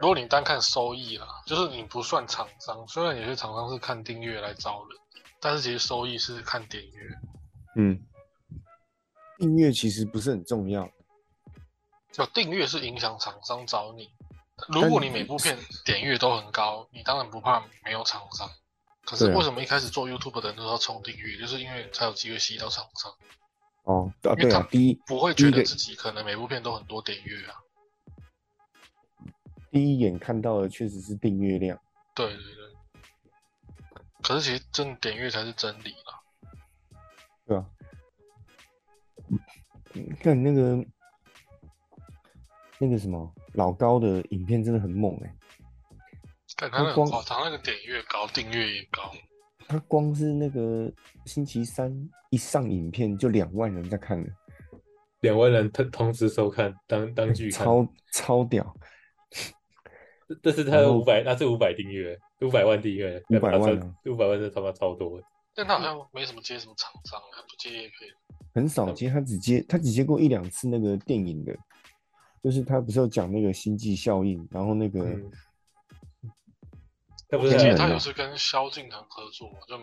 [SPEAKER 2] 如果你单看收益啦，就是你不算厂商，虽然有些厂商是看订阅来招人，但是其实收益是看点阅。
[SPEAKER 1] 嗯，订阅其实不是很重要，
[SPEAKER 2] 就订阅是影响厂商找你。如果你每部片点阅都很高，你当然不怕没有厂商。可是
[SPEAKER 1] 对啊
[SPEAKER 2] 为什么一开始做 YouTube 的人都要冲订阅？就是因为才有机会吸到厂商，
[SPEAKER 1] 哦，啊
[SPEAKER 2] 因为
[SPEAKER 1] 对啊
[SPEAKER 2] 他，
[SPEAKER 1] 第一
[SPEAKER 2] 不会
[SPEAKER 1] 第
[SPEAKER 2] 觉
[SPEAKER 1] 一
[SPEAKER 2] 得
[SPEAKER 1] 个
[SPEAKER 2] 自己可能每部片都很多点阅啊。
[SPEAKER 1] 第一眼看到的确实是订阅量，
[SPEAKER 2] 对对对。可是其实真的点阅才是真理啦。
[SPEAKER 1] 对吧、嗯看那个那个什么老高的影片真的很猛哎、
[SPEAKER 2] 但他那个
[SPEAKER 1] 光
[SPEAKER 2] 哇，他那个点阅高，订阅也高，
[SPEAKER 1] 他光是那个星期三一上影片就两万人在看了，
[SPEAKER 3] 两万人同同时收看当当剧看，
[SPEAKER 1] 超超屌，
[SPEAKER 3] 但是他
[SPEAKER 1] 然后
[SPEAKER 3] 五百，他是五百订阅，五百万订阅，
[SPEAKER 1] 500万啊
[SPEAKER 3] 五百万是他妈超多的，
[SPEAKER 2] 但他好像没什么接什么厂商，他不接也可以。
[SPEAKER 1] 很少接，他只接他只接过一两次那个电影的，就是他不是有讲那个星际效应，然后那个、
[SPEAKER 3] 嗯，他不
[SPEAKER 2] 我
[SPEAKER 3] 是啊
[SPEAKER 2] 记
[SPEAKER 1] 还
[SPEAKER 2] 得
[SPEAKER 1] 有
[SPEAKER 2] 他
[SPEAKER 1] 呢
[SPEAKER 2] 有次跟萧敬腾合作，就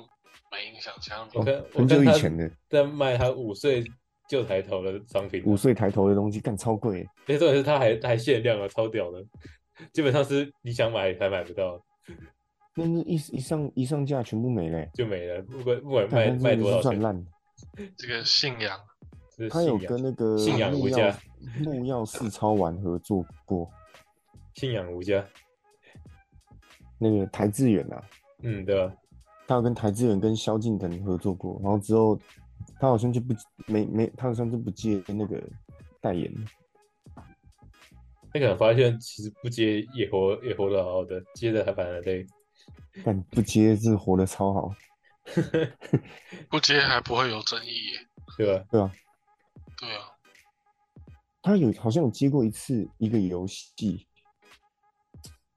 [SPEAKER 2] 没影响，其他
[SPEAKER 3] 我
[SPEAKER 2] 没
[SPEAKER 3] 看我
[SPEAKER 1] 哦很久
[SPEAKER 3] 看
[SPEAKER 1] 以
[SPEAKER 3] 他嗯
[SPEAKER 1] 前的
[SPEAKER 3] 在卖他五岁旧抬头的商品，啊
[SPEAKER 1] 五岁抬头的东西，干超贵、欸，
[SPEAKER 3] 而且重点是他还还限量啊，超屌的，基本上是你想买还买不到
[SPEAKER 1] 那那一一上一上架全部没了、欸，
[SPEAKER 3] 就没了，不管不管卖
[SPEAKER 1] 干那
[SPEAKER 3] 卖
[SPEAKER 1] 真的
[SPEAKER 3] 多
[SPEAKER 1] 是
[SPEAKER 3] 少
[SPEAKER 1] 赚
[SPEAKER 3] 钱，
[SPEAKER 1] 烂了。
[SPEAKER 2] 这个信仰。
[SPEAKER 3] 这是
[SPEAKER 1] 他有
[SPEAKER 3] 信仰
[SPEAKER 1] 跟那个
[SPEAKER 3] 信仰
[SPEAKER 1] 木
[SPEAKER 3] 无
[SPEAKER 1] 曜
[SPEAKER 3] 价
[SPEAKER 1] 木曜四超玩合作过，
[SPEAKER 3] 信仰无价，
[SPEAKER 1] 那个台志远啊，
[SPEAKER 3] 嗯，对吧？
[SPEAKER 1] 他有跟台志远跟萧敬腾合作过，然后之后他好像就不没没，他好像就不接那个代言，
[SPEAKER 3] 那可能发现其实不接也活也活得好好的，接着还反而累。
[SPEAKER 1] 但不接是活得超好，
[SPEAKER 2] 不接还不会有争议耶。
[SPEAKER 3] 对吧？
[SPEAKER 1] 对啊，
[SPEAKER 2] 对啊，
[SPEAKER 1] 他有好像有接过一次一个游戏，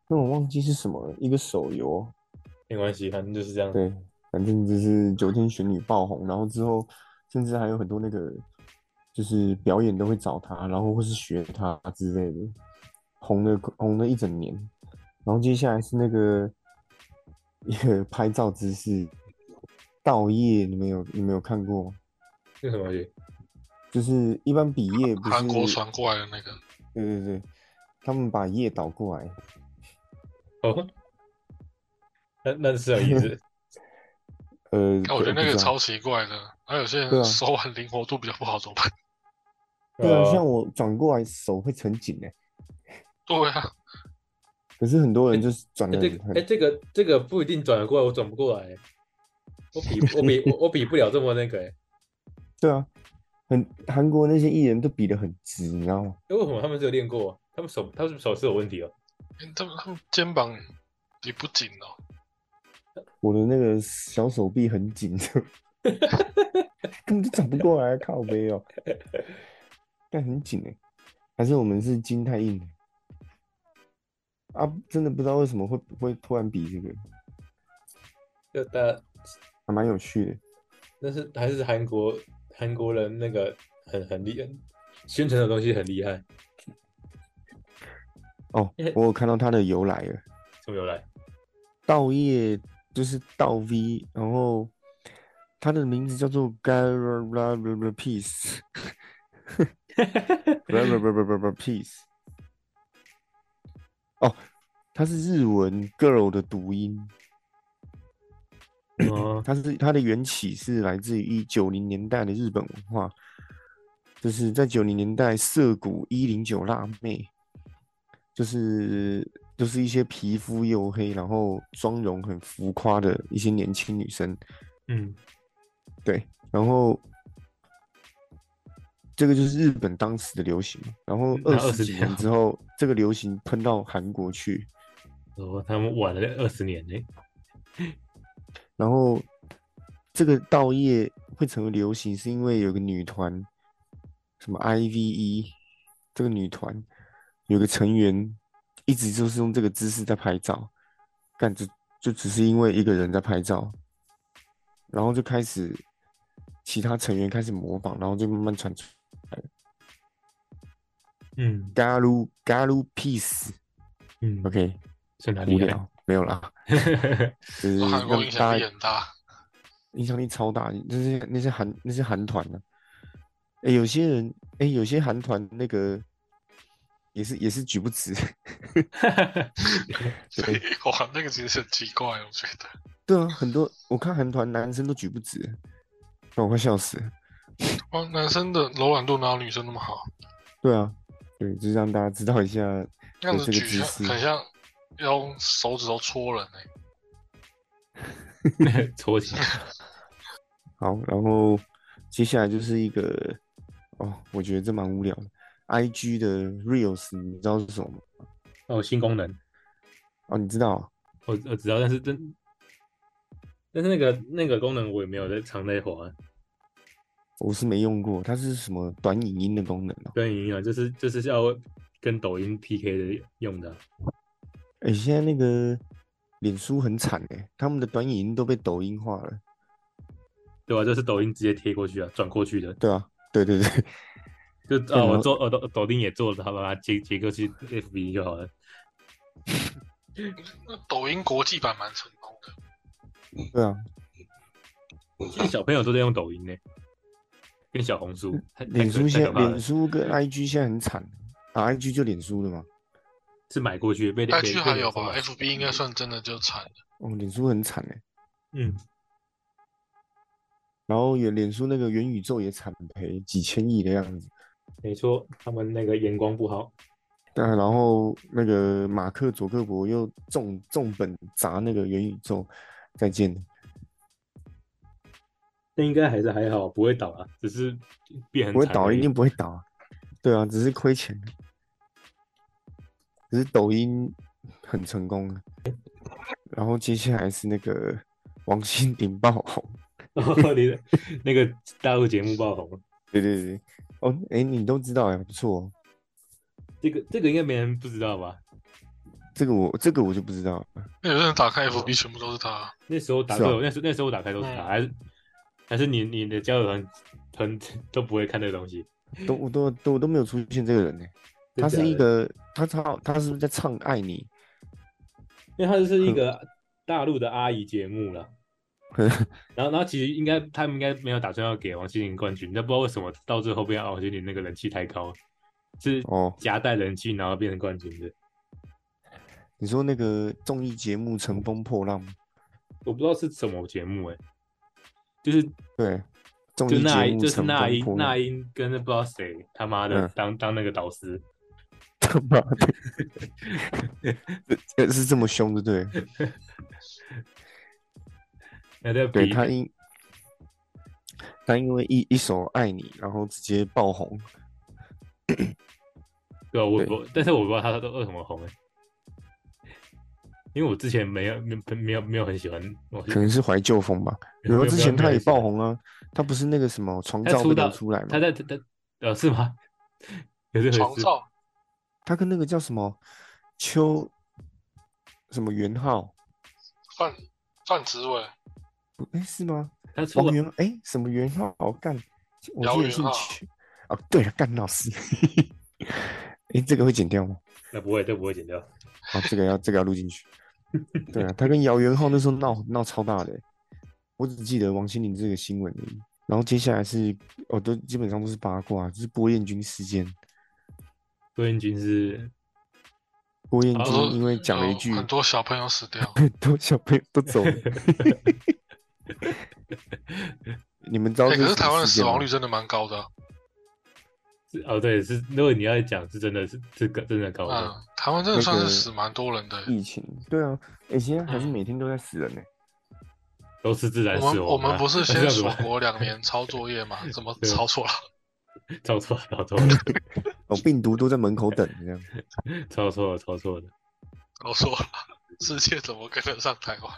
[SPEAKER 1] 但我忘记是什么了，一个手游，
[SPEAKER 3] 没关系，反正就是这样。
[SPEAKER 1] 对，反正就是九天玄女爆红，然后之后甚至还有很多那个就是表演都会找他，然后或是学他之类的，红了红了一整年。然后接下来是那个 一个拍照姿势，倒叶，你们有你们有看过吗？
[SPEAKER 3] 那什么东西？
[SPEAKER 1] 就是一般比叶不是
[SPEAKER 2] 韩国传过来的那个，
[SPEAKER 1] 对对对，他们把叶倒过来，
[SPEAKER 3] 哦，那那是有意 思。
[SPEAKER 1] 呃，
[SPEAKER 2] 哎，我觉得那
[SPEAKER 1] 不
[SPEAKER 2] 个
[SPEAKER 1] 知道
[SPEAKER 2] 超奇怪的。还有些
[SPEAKER 1] 对啊
[SPEAKER 2] 人手腕灵活度比较不好，怎么办？
[SPEAKER 1] 对啊，
[SPEAKER 3] 呃
[SPEAKER 1] 像我转过来手会很紧哎、
[SPEAKER 2] 对啊，
[SPEAKER 1] 可是很多人就是转
[SPEAKER 3] 哎、
[SPEAKER 1] 的
[SPEAKER 3] 这
[SPEAKER 1] 很
[SPEAKER 3] 个哎、
[SPEAKER 1] 很、
[SPEAKER 3] 这个这个不一定转得过来，我转不过来、 我比我比我我比不了这么那个、哎，
[SPEAKER 1] 对啊，很韩国那些艺人都比得很直，你知道吗？
[SPEAKER 3] 哎为什么他们是有练过？他们手他们手是有问题哦、
[SPEAKER 2] 欸他们他们肩膀也不紧哦。
[SPEAKER 1] 我的那个小手臂很紧， 根本就转不过来，靠背哦，但很紧哎、还是我们是筋太硬了啊？真的不知道为什么会会突然比这个，
[SPEAKER 3] 就大家，
[SPEAKER 1] 还蛮有趣的。
[SPEAKER 3] 但是还是韩国韩国人那个很很厉害，宣传的东西很厉害，
[SPEAKER 1] 哦
[SPEAKER 3] 因为，
[SPEAKER 1] 我有看到它的由来了。
[SPEAKER 3] 怎么有来？
[SPEAKER 1] 道叶就是道 V，然后它的名字叫做 Gara Peace，不不不不不不 Peace。哦，它是日文 girl 的读音，嗯
[SPEAKER 3] 哦，
[SPEAKER 1] 它是它的缘起是来自于一九零年代的日本文化，就是在九零年代涩谷一零九辣妹，就是就是一些皮肤黝黑，然后妆容很浮夸的一些年轻女生，
[SPEAKER 3] 嗯，
[SPEAKER 1] 对，然后这个就是日本当时的流行嘛，然后
[SPEAKER 3] 那
[SPEAKER 1] 二
[SPEAKER 3] 20
[SPEAKER 1] 十几
[SPEAKER 3] 年
[SPEAKER 1] 年
[SPEAKER 3] 后
[SPEAKER 1] 之后，这个流行喷到韩国去，
[SPEAKER 3] 哦，他们晚了二十年欸呢、
[SPEAKER 1] 然后这个道业会成为流行，是因为有个女团，什么 IVE 这个女团有个成员一直就是用这个姿势在拍照，但就就只是因为一个人在拍照，然后就开始其他成员开始模仿，然后就慢慢传出
[SPEAKER 3] 嗯
[SPEAKER 1] Galu Galu Peace。
[SPEAKER 3] 嗯
[SPEAKER 1] OK，
[SPEAKER 3] 宣传
[SPEAKER 1] 无
[SPEAKER 3] 厉 害，
[SPEAKER 1] 聊没有啦，就是
[SPEAKER 2] 说韩国
[SPEAKER 1] 让
[SPEAKER 2] 影
[SPEAKER 1] 大
[SPEAKER 2] 响
[SPEAKER 1] 家
[SPEAKER 2] 力很大，
[SPEAKER 1] 影响力超大，就是那些韩那些韩团呢、啊，哎，有些人哎，有些韩团那个也是也是举不直，对
[SPEAKER 2] 哇，那个其实很奇怪，我觉得。
[SPEAKER 1] 对啊，很多我看韩团男生都举不直，让我快笑死了。
[SPEAKER 2] 哇，男生的柔软度哪有女生那么好？
[SPEAKER 1] 对啊，对，就是让大家知道一下，
[SPEAKER 2] 那样
[SPEAKER 1] 这
[SPEAKER 2] 子
[SPEAKER 1] 个
[SPEAKER 2] 举
[SPEAKER 1] 姿
[SPEAKER 2] 像
[SPEAKER 1] 势
[SPEAKER 2] 很像要用手指头戳人哎、
[SPEAKER 3] 戳起来，
[SPEAKER 1] 好，然后接下来就是一个哦，我觉得这蛮无聊的，IG 的 Reels 你知道是什么吗？
[SPEAKER 3] 哦，新功能。
[SPEAKER 1] 哦，你知道啊、
[SPEAKER 3] 我我知道，但是真，但是那个那个功能我也没有在常在滑，
[SPEAKER 1] 我是没用过，它是什么短影音的功能哦？
[SPEAKER 3] 跟影啊，就是就是要跟抖音 PK 的用的，啊
[SPEAKER 1] 哎、现在那个脸书很惨哎、他们的短影音都被抖音化了。
[SPEAKER 3] 对吧、就是抖音直接贴过去啊，转过去的，
[SPEAKER 1] 对啊，对对对，
[SPEAKER 3] 就
[SPEAKER 1] 然
[SPEAKER 3] 啊，
[SPEAKER 1] 后
[SPEAKER 3] 我做我抖抖音也做了，他把它截截过去 FB 就好了。
[SPEAKER 2] 那抖音国际版蛮成功的，
[SPEAKER 1] 对啊，
[SPEAKER 3] 其实小朋友都在用抖音呢、跟小红书，太太
[SPEAKER 1] 嗯脸
[SPEAKER 3] 可
[SPEAKER 1] 书
[SPEAKER 3] 太
[SPEAKER 1] 现
[SPEAKER 3] 可
[SPEAKER 1] 在
[SPEAKER 3] 怕了
[SPEAKER 1] 脸书跟 IG 现在很惨啊，IG 就脸书了嘛。
[SPEAKER 3] 是买过去被被
[SPEAKER 2] 但 G 还有吧
[SPEAKER 3] 被
[SPEAKER 2] ，FB 应该算真的就惨了。
[SPEAKER 1] 哦，脸书很惨哎、
[SPEAKER 3] 嗯，
[SPEAKER 1] 然后也脸书那个元宇宙也惨赔几千亿的样子。
[SPEAKER 3] 没错，他们那个眼光不好，
[SPEAKER 1] 但然后那个马克佐克伯又重重本砸那个元宇宙，再见。
[SPEAKER 3] 那应该还是还好，不会倒啊，只是变很
[SPEAKER 1] 不会
[SPEAKER 3] 惨
[SPEAKER 1] 倒，
[SPEAKER 3] 而
[SPEAKER 1] 一
[SPEAKER 3] 已
[SPEAKER 1] 定不会倒啊。对啊，只是亏钱。只是抖音很成功啊。然后接下来是那个 王心凌爆红。
[SPEAKER 3] 哦，你的那个大陆节目爆红了，
[SPEAKER 1] 对对对，哦，哎，你都知道哎，不错、哦。
[SPEAKER 3] 这个这个应该没人不知道吧？
[SPEAKER 1] 这个我这个我就不知道了。
[SPEAKER 2] 那有些人打开 FB 全部都是他，
[SPEAKER 3] 那时候打
[SPEAKER 1] 是啊
[SPEAKER 3] 开，那时候那时候我打开都是他，
[SPEAKER 2] 嗯
[SPEAKER 3] 还是还是你你的交友团团都不会看这个东西，
[SPEAKER 1] 都我都都都没有出现这个人呢、
[SPEAKER 3] 真
[SPEAKER 1] 他
[SPEAKER 3] 假
[SPEAKER 1] 是
[SPEAKER 3] 的
[SPEAKER 1] 一，个，他他他是不是在唱《爱你
[SPEAKER 3] 因为他就是一个大陆的阿姨节 目啦。》然后，然后其实应该他们应该没有打算要给王心凌冠军，但不知道为什么到最后被王心凌那个人气太高，是
[SPEAKER 1] 哦？
[SPEAKER 3] 夹带人气然后变成冠军的。
[SPEAKER 1] 你说那个综艺节目《乘风破浪》吗？
[SPEAKER 3] 我不知道是什么节目哎、就是
[SPEAKER 1] 对，综
[SPEAKER 3] 就
[SPEAKER 1] 艺
[SPEAKER 3] 那
[SPEAKER 1] 节
[SPEAKER 3] 英
[SPEAKER 1] 目
[SPEAKER 3] 就
[SPEAKER 1] 《
[SPEAKER 3] 是
[SPEAKER 1] 乘
[SPEAKER 3] 那
[SPEAKER 1] 风
[SPEAKER 3] 英
[SPEAKER 1] 破浪
[SPEAKER 3] 那》英跟那不知道谁他妈的
[SPEAKER 1] 嗯
[SPEAKER 3] 当当那个导师，
[SPEAKER 1] 他妈的，这 这是这么凶的，对了，
[SPEAKER 3] 那在
[SPEAKER 1] 对
[SPEAKER 3] 比
[SPEAKER 1] 他因他因为一一首《爱你》，然后直接爆红，
[SPEAKER 3] 对啊，我
[SPEAKER 1] 对
[SPEAKER 3] 我，但是我不知道他都为什么红哎、因为我之前没有没有没有没有很喜欢王
[SPEAKER 1] 可
[SPEAKER 3] 心凌，
[SPEAKER 1] 能是怀旧风吧。
[SPEAKER 3] 没
[SPEAKER 1] 然后
[SPEAKER 3] 有
[SPEAKER 1] 之
[SPEAKER 3] 没有
[SPEAKER 1] 前
[SPEAKER 3] 没有
[SPEAKER 1] 他也
[SPEAKER 3] 很喜欢
[SPEAKER 1] 爆红啊，他不是那个什么床
[SPEAKER 3] 他
[SPEAKER 1] 照
[SPEAKER 3] 出
[SPEAKER 1] 被
[SPEAKER 3] 道
[SPEAKER 1] 流出来吗
[SPEAKER 3] 他？在他他呃是吗？有这回
[SPEAKER 2] 床
[SPEAKER 3] 事？
[SPEAKER 2] 照
[SPEAKER 1] 他跟那个叫什么邱什么元浩，
[SPEAKER 2] 范范植伟，
[SPEAKER 1] 哎是吗？
[SPEAKER 3] 他出
[SPEAKER 1] 王
[SPEAKER 3] 了
[SPEAKER 1] 元哎什么元浩干，我
[SPEAKER 2] 姚
[SPEAKER 1] 记得
[SPEAKER 2] 元
[SPEAKER 1] 是
[SPEAKER 2] 浩
[SPEAKER 1] 去哦，对了，干老 师，哎这个会剪掉吗？
[SPEAKER 3] 那不会，这不会剪掉。
[SPEAKER 1] 啊，这个要这个要录进去。对啊，他跟姚元浩那时候闹闹超大的欸、我只记得王心凌这个新闻而已。然后接下来是，哦，都基本上都是八卦，就是郭彦均事件。
[SPEAKER 3] 郭彦均是
[SPEAKER 1] 郭彦
[SPEAKER 3] 啊
[SPEAKER 1] 均
[SPEAKER 2] 说
[SPEAKER 1] 因为讲了一
[SPEAKER 2] 有
[SPEAKER 1] 句，
[SPEAKER 2] 很多小朋友 死掉，
[SPEAKER 1] 很多小朋友都 走了。你们知道
[SPEAKER 2] 哎，
[SPEAKER 1] 这是
[SPEAKER 2] 可是
[SPEAKER 1] 什
[SPEAKER 2] 台湾
[SPEAKER 1] 么
[SPEAKER 2] 的
[SPEAKER 1] 事
[SPEAKER 2] 死
[SPEAKER 1] 件吗？
[SPEAKER 2] 亡率真的蛮高的啊，
[SPEAKER 3] 是哦对是，如果你要讲是真的是是个真的高的，
[SPEAKER 2] 嗯，台湾真的
[SPEAKER 1] 哦那
[SPEAKER 2] 算是
[SPEAKER 1] 个
[SPEAKER 2] 死蛮多人的欸。
[SPEAKER 1] 疫情，对啊，哎、现在还是
[SPEAKER 2] 嗯
[SPEAKER 1] 每天都在死人欸呢、
[SPEAKER 3] 都是自然
[SPEAKER 2] 我
[SPEAKER 3] 死
[SPEAKER 2] 们
[SPEAKER 3] 亡啊。
[SPEAKER 2] 我们 不是
[SPEAKER 3] 那
[SPEAKER 2] 先
[SPEAKER 3] 怎
[SPEAKER 2] 锁
[SPEAKER 3] 么办
[SPEAKER 2] 国两年抄作业吗？怎么
[SPEAKER 3] 对
[SPEAKER 2] 抄错了？
[SPEAKER 3] 抄错了，抄错了，
[SPEAKER 1] 哦，病毒都在门口等这样。
[SPEAKER 3] 抄错了，抄错了。
[SPEAKER 2] 抄错了，世界怎么跟得上台湾？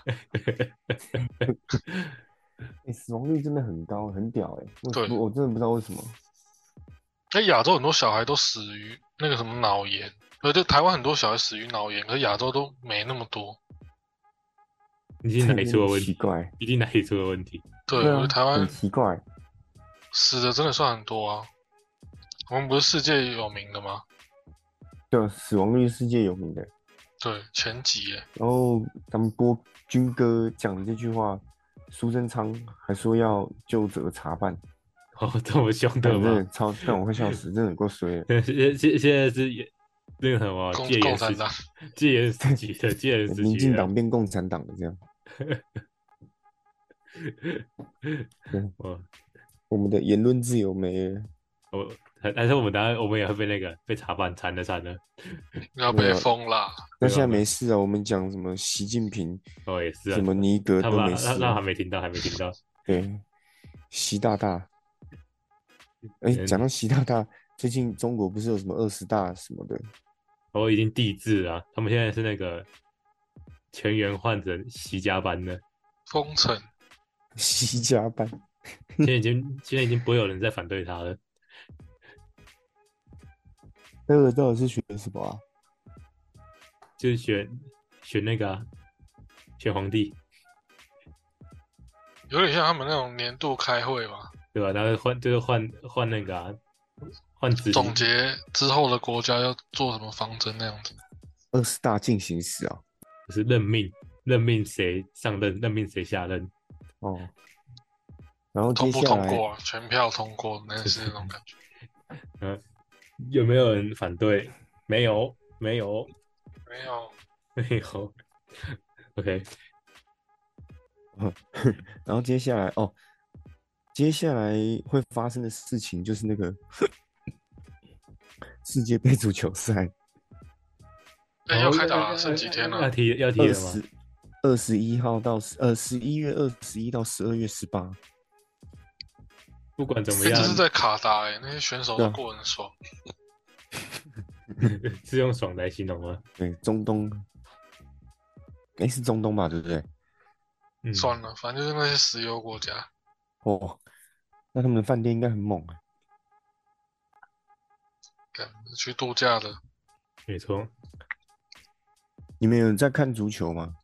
[SPEAKER 1] 哎、死亡率真的很高，很屌哎、我
[SPEAKER 2] 对
[SPEAKER 1] 我我真的不知道为什么。
[SPEAKER 2] 哎，亚洲很多小孩都死于那个什么脑炎，呃，就台湾很多小孩死于脑炎，可是亚洲都没那么多。
[SPEAKER 3] 你 哪里
[SPEAKER 1] 这
[SPEAKER 3] 出了
[SPEAKER 1] 有点
[SPEAKER 3] 问
[SPEAKER 1] 奇
[SPEAKER 3] 题？
[SPEAKER 1] 怪，
[SPEAKER 3] 一定哪里出了问题？
[SPEAKER 2] 对，我
[SPEAKER 1] 对
[SPEAKER 2] 觉
[SPEAKER 1] 啊
[SPEAKER 2] 得台湾
[SPEAKER 1] 很奇怪。
[SPEAKER 2] 死的真的算很多啊。我们不是世界有名的吗？
[SPEAKER 1] 对，啊死亡率世界有名的。
[SPEAKER 2] 对，前几耶，
[SPEAKER 1] 然后咱们播军哥讲的这句话，苏贞昌还说要就责查办，
[SPEAKER 3] 哦，这么凶的
[SPEAKER 1] 干真
[SPEAKER 3] 吗
[SPEAKER 1] 的？超，但我快笑死，真的有够衰 的。
[SPEAKER 3] 现现现在是也那个什么
[SPEAKER 2] 共
[SPEAKER 3] 啊戒严
[SPEAKER 2] 共
[SPEAKER 3] 时
[SPEAKER 2] 产
[SPEAKER 3] 期
[SPEAKER 2] 党，
[SPEAKER 3] 戒严时期的戒严时
[SPEAKER 1] 民
[SPEAKER 3] 期
[SPEAKER 1] 进
[SPEAKER 3] 的
[SPEAKER 1] 党。变共产党了，这样。对
[SPEAKER 3] 我
[SPEAKER 1] 我们的言论自由没了，
[SPEAKER 3] 啊我哦还还是我们当然我们也会被那个被查办惨了惨了。
[SPEAKER 2] 要
[SPEAKER 1] 没
[SPEAKER 2] 被
[SPEAKER 1] 有
[SPEAKER 2] 封啦。
[SPEAKER 1] 那
[SPEAKER 3] 对啊
[SPEAKER 1] 现在
[SPEAKER 3] 对
[SPEAKER 1] 没事啊。我们讲什么习近平、
[SPEAKER 3] 哦，也是啊
[SPEAKER 1] 什，么尼格
[SPEAKER 3] 他
[SPEAKER 1] 都
[SPEAKER 3] 们
[SPEAKER 1] 没
[SPEAKER 3] 他
[SPEAKER 1] 事
[SPEAKER 3] 他还
[SPEAKER 1] 啊。
[SPEAKER 3] 没听到，还没听到。
[SPEAKER 1] 对，习大大。哎，
[SPEAKER 3] 嗯
[SPEAKER 1] 讲到习大大，最近中国不是有什么二十大什么的？
[SPEAKER 3] 我已经地质了啊，他们现在是那个全员换成习家 班了，
[SPEAKER 2] 封城，
[SPEAKER 1] 习家班，
[SPEAKER 3] 现在已经现在已经不会有人再反对他了。
[SPEAKER 1] 那个到底是学什么啊？
[SPEAKER 3] 就是选选那个、啊、选皇帝，
[SPEAKER 2] 有点像他们那种年度开会吧，
[SPEAKER 3] 对吧？然后换就是换换那个、啊、换执
[SPEAKER 2] 总
[SPEAKER 3] 行，
[SPEAKER 2] 结之后的国家要做什么方针那样子。
[SPEAKER 1] 二十大进行时啊。
[SPEAKER 3] 就是任命任命谁上任，任命谁下任。
[SPEAKER 1] 哦，然后
[SPEAKER 2] 通
[SPEAKER 1] 接
[SPEAKER 2] 不
[SPEAKER 1] 下
[SPEAKER 2] 通
[SPEAKER 1] 来
[SPEAKER 2] 过啊？全票通过，那是那种感觉。
[SPEAKER 3] 有没有人反对？没有，没有，
[SPEAKER 2] 没有，
[SPEAKER 3] 没有。OK，
[SPEAKER 1] 然后接下来哦，接下来会发生的事情就是那个 世界杯足球赛
[SPEAKER 2] 哎、
[SPEAKER 3] 然
[SPEAKER 2] 要
[SPEAKER 3] 后
[SPEAKER 2] 开打了，剩几天啊
[SPEAKER 3] 要
[SPEAKER 2] 了？
[SPEAKER 3] 提要提
[SPEAKER 1] 二
[SPEAKER 3] 了吗？
[SPEAKER 1] 十二十一号到10呃十一月二十一到十二月十八，
[SPEAKER 3] 不管怎么
[SPEAKER 2] 哎
[SPEAKER 3] 样
[SPEAKER 2] 这，是在卡达哎、那些选手
[SPEAKER 1] 对
[SPEAKER 2] 都
[SPEAKER 1] 啊
[SPEAKER 2] 过得很爽。
[SPEAKER 3] 是用爽来形容啊吗？
[SPEAKER 1] 对，中东，哎是中东吧，对不对？
[SPEAKER 3] 嗯，
[SPEAKER 2] 算了，反正就是那些石油国家，
[SPEAKER 1] 哦，那他们的饭店应该很猛啊，
[SPEAKER 2] 干去度假的。
[SPEAKER 3] 没错。
[SPEAKER 1] 你们有在看足球吗？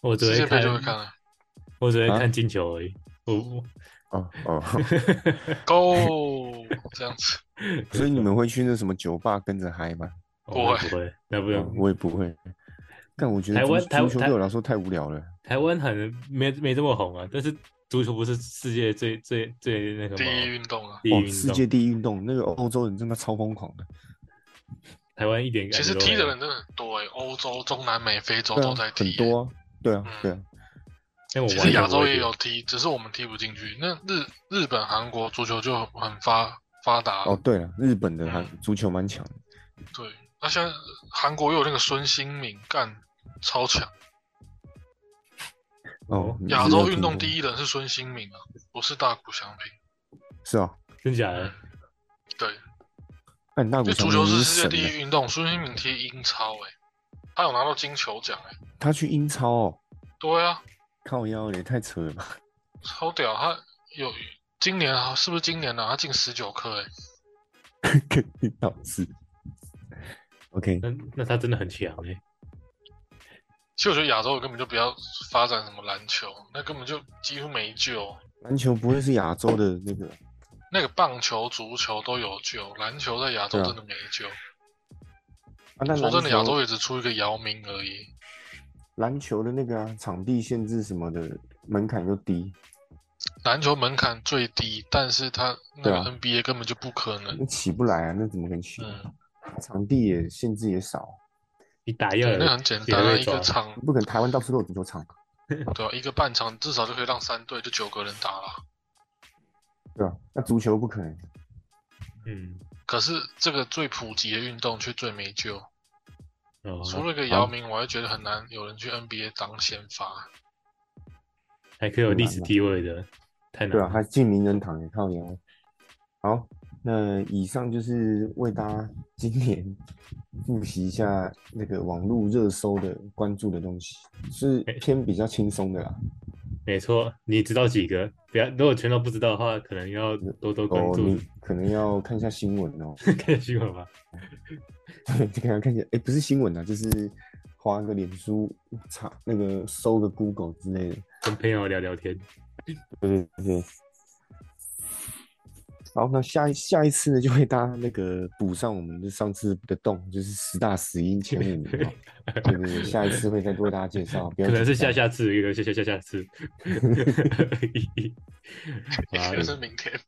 [SPEAKER 3] 我只
[SPEAKER 2] 世
[SPEAKER 3] 会
[SPEAKER 2] 界杯
[SPEAKER 3] 看，
[SPEAKER 2] 就会看了。
[SPEAKER 3] 我只会
[SPEAKER 1] 啊
[SPEAKER 3] 看进球而已。我我
[SPEAKER 1] 哦哦，
[SPEAKER 2] Go！这样子。
[SPEAKER 1] 所以 你们会去那什么酒吧跟着嗨吗？
[SPEAKER 2] 不会
[SPEAKER 3] 哦不会，那不
[SPEAKER 1] 嗯
[SPEAKER 3] 用。
[SPEAKER 1] 我也不会。但我觉得
[SPEAKER 3] 台
[SPEAKER 1] 足
[SPEAKER 3] 湾台
[SPEAKER 1] 足球
[SPEAKER 3] 台
[SPEAKER 1] 对我来说太无聊了。
[SPEAKER 3] 台湾好像没没这么红啊，但是足球不是世界最最最那个
[SPEAKER 2] 第一
[SPEAKER 3] 吗？
[SPEAKER 2] 运动啊，
[SPEAKER 3] 第一
[SPEAKER 1] 哦，
[SPEAKER 3] 运
[SPEAKER 1] 世
[SPEAKER 3] 动
[SPEAKER 1] 界第一运动，那个欧洲人真的超疯狂的。
[SPEAKER 3] 台湾一点感
[SPEAKER 2] 其
[SPEAKER 3] 觉
[SPEAKER 2] 实
[SPEAKER 3] 都没有。
[SPEAKER 2] 踢的人真的很多哎、欧洲、中南美、非洲
[SPEAKER 1] 对
[SPEAKER 2] 都
[SPEAKER 1] 啊
[SPEAKER 2] 在，踢、
[SPEAKER 1] 很多啊，对啊
[SPEAKER 2] 嗯，
[SPEAKER 1] 对啊，
[SPEAKER 3] 但哎我
[SPEAKER 2] 其
[SPEAKER 3] 完
[SPEAKER 2] 实
[SPEAKER 3] 全
[SPEAKER 2] 亚
[SPEAKER 3] 不会
[SPEAKER 2] 洲也
[SPEAKER 3] 踢
[SPEAKER 2] 有踢，只是我们踢不进去。那日日本、韩国足球就很发发达，
[SPEAKER 1] 哦，对了，日本的还
[SPEAKER 2] 嗯
[SPEAKER 1] 足球蛮强的，
[SPEAKER 2] 对。那现在韩国又有那个孙兴敏，干超强。
[SPEAKER 1] 哦，你
[SPEAKER 2] 亚
[SPEAKER 1] 是有
[SPEAKER 2] 洲
[SPEAKER 1] 听
[SPEAKER 2] 运动
[SPEAKER 1] 过
[SPEAKER 2] 第一人是孙兴敏啊，不是大谷翔平。
[SPEAKER 1] 是哦，
[SPEAKER 3] 真假的？
[SPEAKER 2] 对，
[SPEAKER 1] 但大
[SPEAKER 2] 因
[SPEAKER 1] 谷
[SPEAKER 2] 为
[SPEAKER 1] 翔
[SPEAKER 2] 足
[SPEAKER 1] 平
[SPEAKER 2] 球
[SPEAKER 1] 是
[SPEAKER 2] 是世界
[SPEAKER 1] 神
[SPEAKER 2] 第
[SPEAKER 1] 欸，
[SPEAKER 2] 一运动，孙兴敏踢英超哎、他有拿到金球奖哎、
[SPEAKER 1] 他去英超哦，
[SPEAKER 2] 对啊，
[SPEAKER 1] 靠腰也太扯了吧，
[SPEAKER 2] 超屌！他有今年啊，是不是今年啊？他进十九颗哎，
[SPEAKER 1] 肯定导致。OK，
[SPEAKER 3] 那那他真的很强哎、
[SPEAKER 2] 其实我觉得亚洲根本就不要发展什么篮球，那根本就几乎没救。
[SPEAKER 1] 篮球不会是亚洲的那个，啊
[SPEAKER 2] 那个棒球、足球都有救，篮球在亚洲
[SPEAKER 1] 对啊
[SPEAKER 2] 真的没救。
[SPEAKER 1] 啊，那
[SPEAKER 2] 说真的，亚
[SPEAKER 1] 篮
[SPEAKER 2] 洲
[SPEAKER 1] 球
[SPEAKER 2] 也只出一个姚明而已。
[SPEAKER 1] 篮球的那个啊，场地限制什么的门槛又低，
[SPEAKER 2] 篮球门槛最低，但是他那
[SPEAKER 1] 对
[SPEAKER 2] 个
[SPEAKER 1] 啊
[SPEAKER 2] NBA 根本就不可能。
[SPEAKER 1] 那起不来啊，那怎么可能起？
[SPEAKER 2] 嗯，
[SPEAKER 1] 场地也限制也少，
[SPEAKER 3] 你打药
[SPEAKER 2] 对，
[SPEAKER 3] 人
[SPEAKER 2] 那很简
[SPEAKER 3] 也
[SPEAKER 2] 单啊，
[SPEAKER 3] 会
[SPEAKER 2] 一个
[SPEAKER 3] 抓
[SPEAKER 2] 场
[SPEAKER 1] 不可能台湾到处都有足球场，
[SPEAKER 2] 对啊，一个半场至少就可以让三队就九个人打了。
[SPEAKER 1] 对吧、那足球不可能，
[SPEAKER 3] 嗯，
[SPEAKER 2] 可是这个最普及的运动却最没救，
[SPEAKER 3] 哦，
[SPEAKER 2] 除了一个
[SPEAKER 1] 好
[SPEAKER 2] 姚明，我还觉得很难有人去 NBA 当先发。
[SPEAKER 3] 还可以有历史地位
[SPEAKER 2] 嗯
[SPEAKER 3] 的，太难
[SPEAKER 1] 对啊，
[SPEAKER 3] 了。
[SPEAKER 1] 还进名人堂也靠腰。好，那以上就是为大家 今年复习一下那个网络热搜的关注的东西，是
[SPEAKER 3] 哎
[SPEAKER 1] 偏比较轻松的啦。
[SPEAKER 3] 没错，你知道几个？不要，如果全都不知道的话，可能要多多关
[SPEAKER 1] 哦，
[SPEAKER 3] 注
[SPEAKER 1] 你，可能要看一下新闻 哦，
[SPEAKER 3] 看新闻吧。
[SPEAKER 1] 对，可能要看一下，哎，不是新闻啊，就是划个脸书查那个搜个 Google 之类的。
[SPEAKER 3] 跟朋友聊聊天，
[SPEAKER 1] 对对对。好，那下一下一次呢，就会大家那个补上我们的上次的洞，就是十大死因前五名哦。对对对，下一次会再为大家介绍，不要
[SPEAKER 3] 可能是
[SPEAKER 1] 紧张
[SPEAKER 3] 下下次，一个下下下 下次。 啊
[SPEAKER 2] 也 就是明天。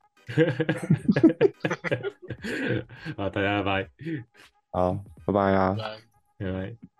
[SPEAKER 3] 好，大家拜拜，
[SPEAKER 1] 好，拜拜啦。啊
[SPEAKER 2] 拜。
[SPEAKER 3] 拜拜。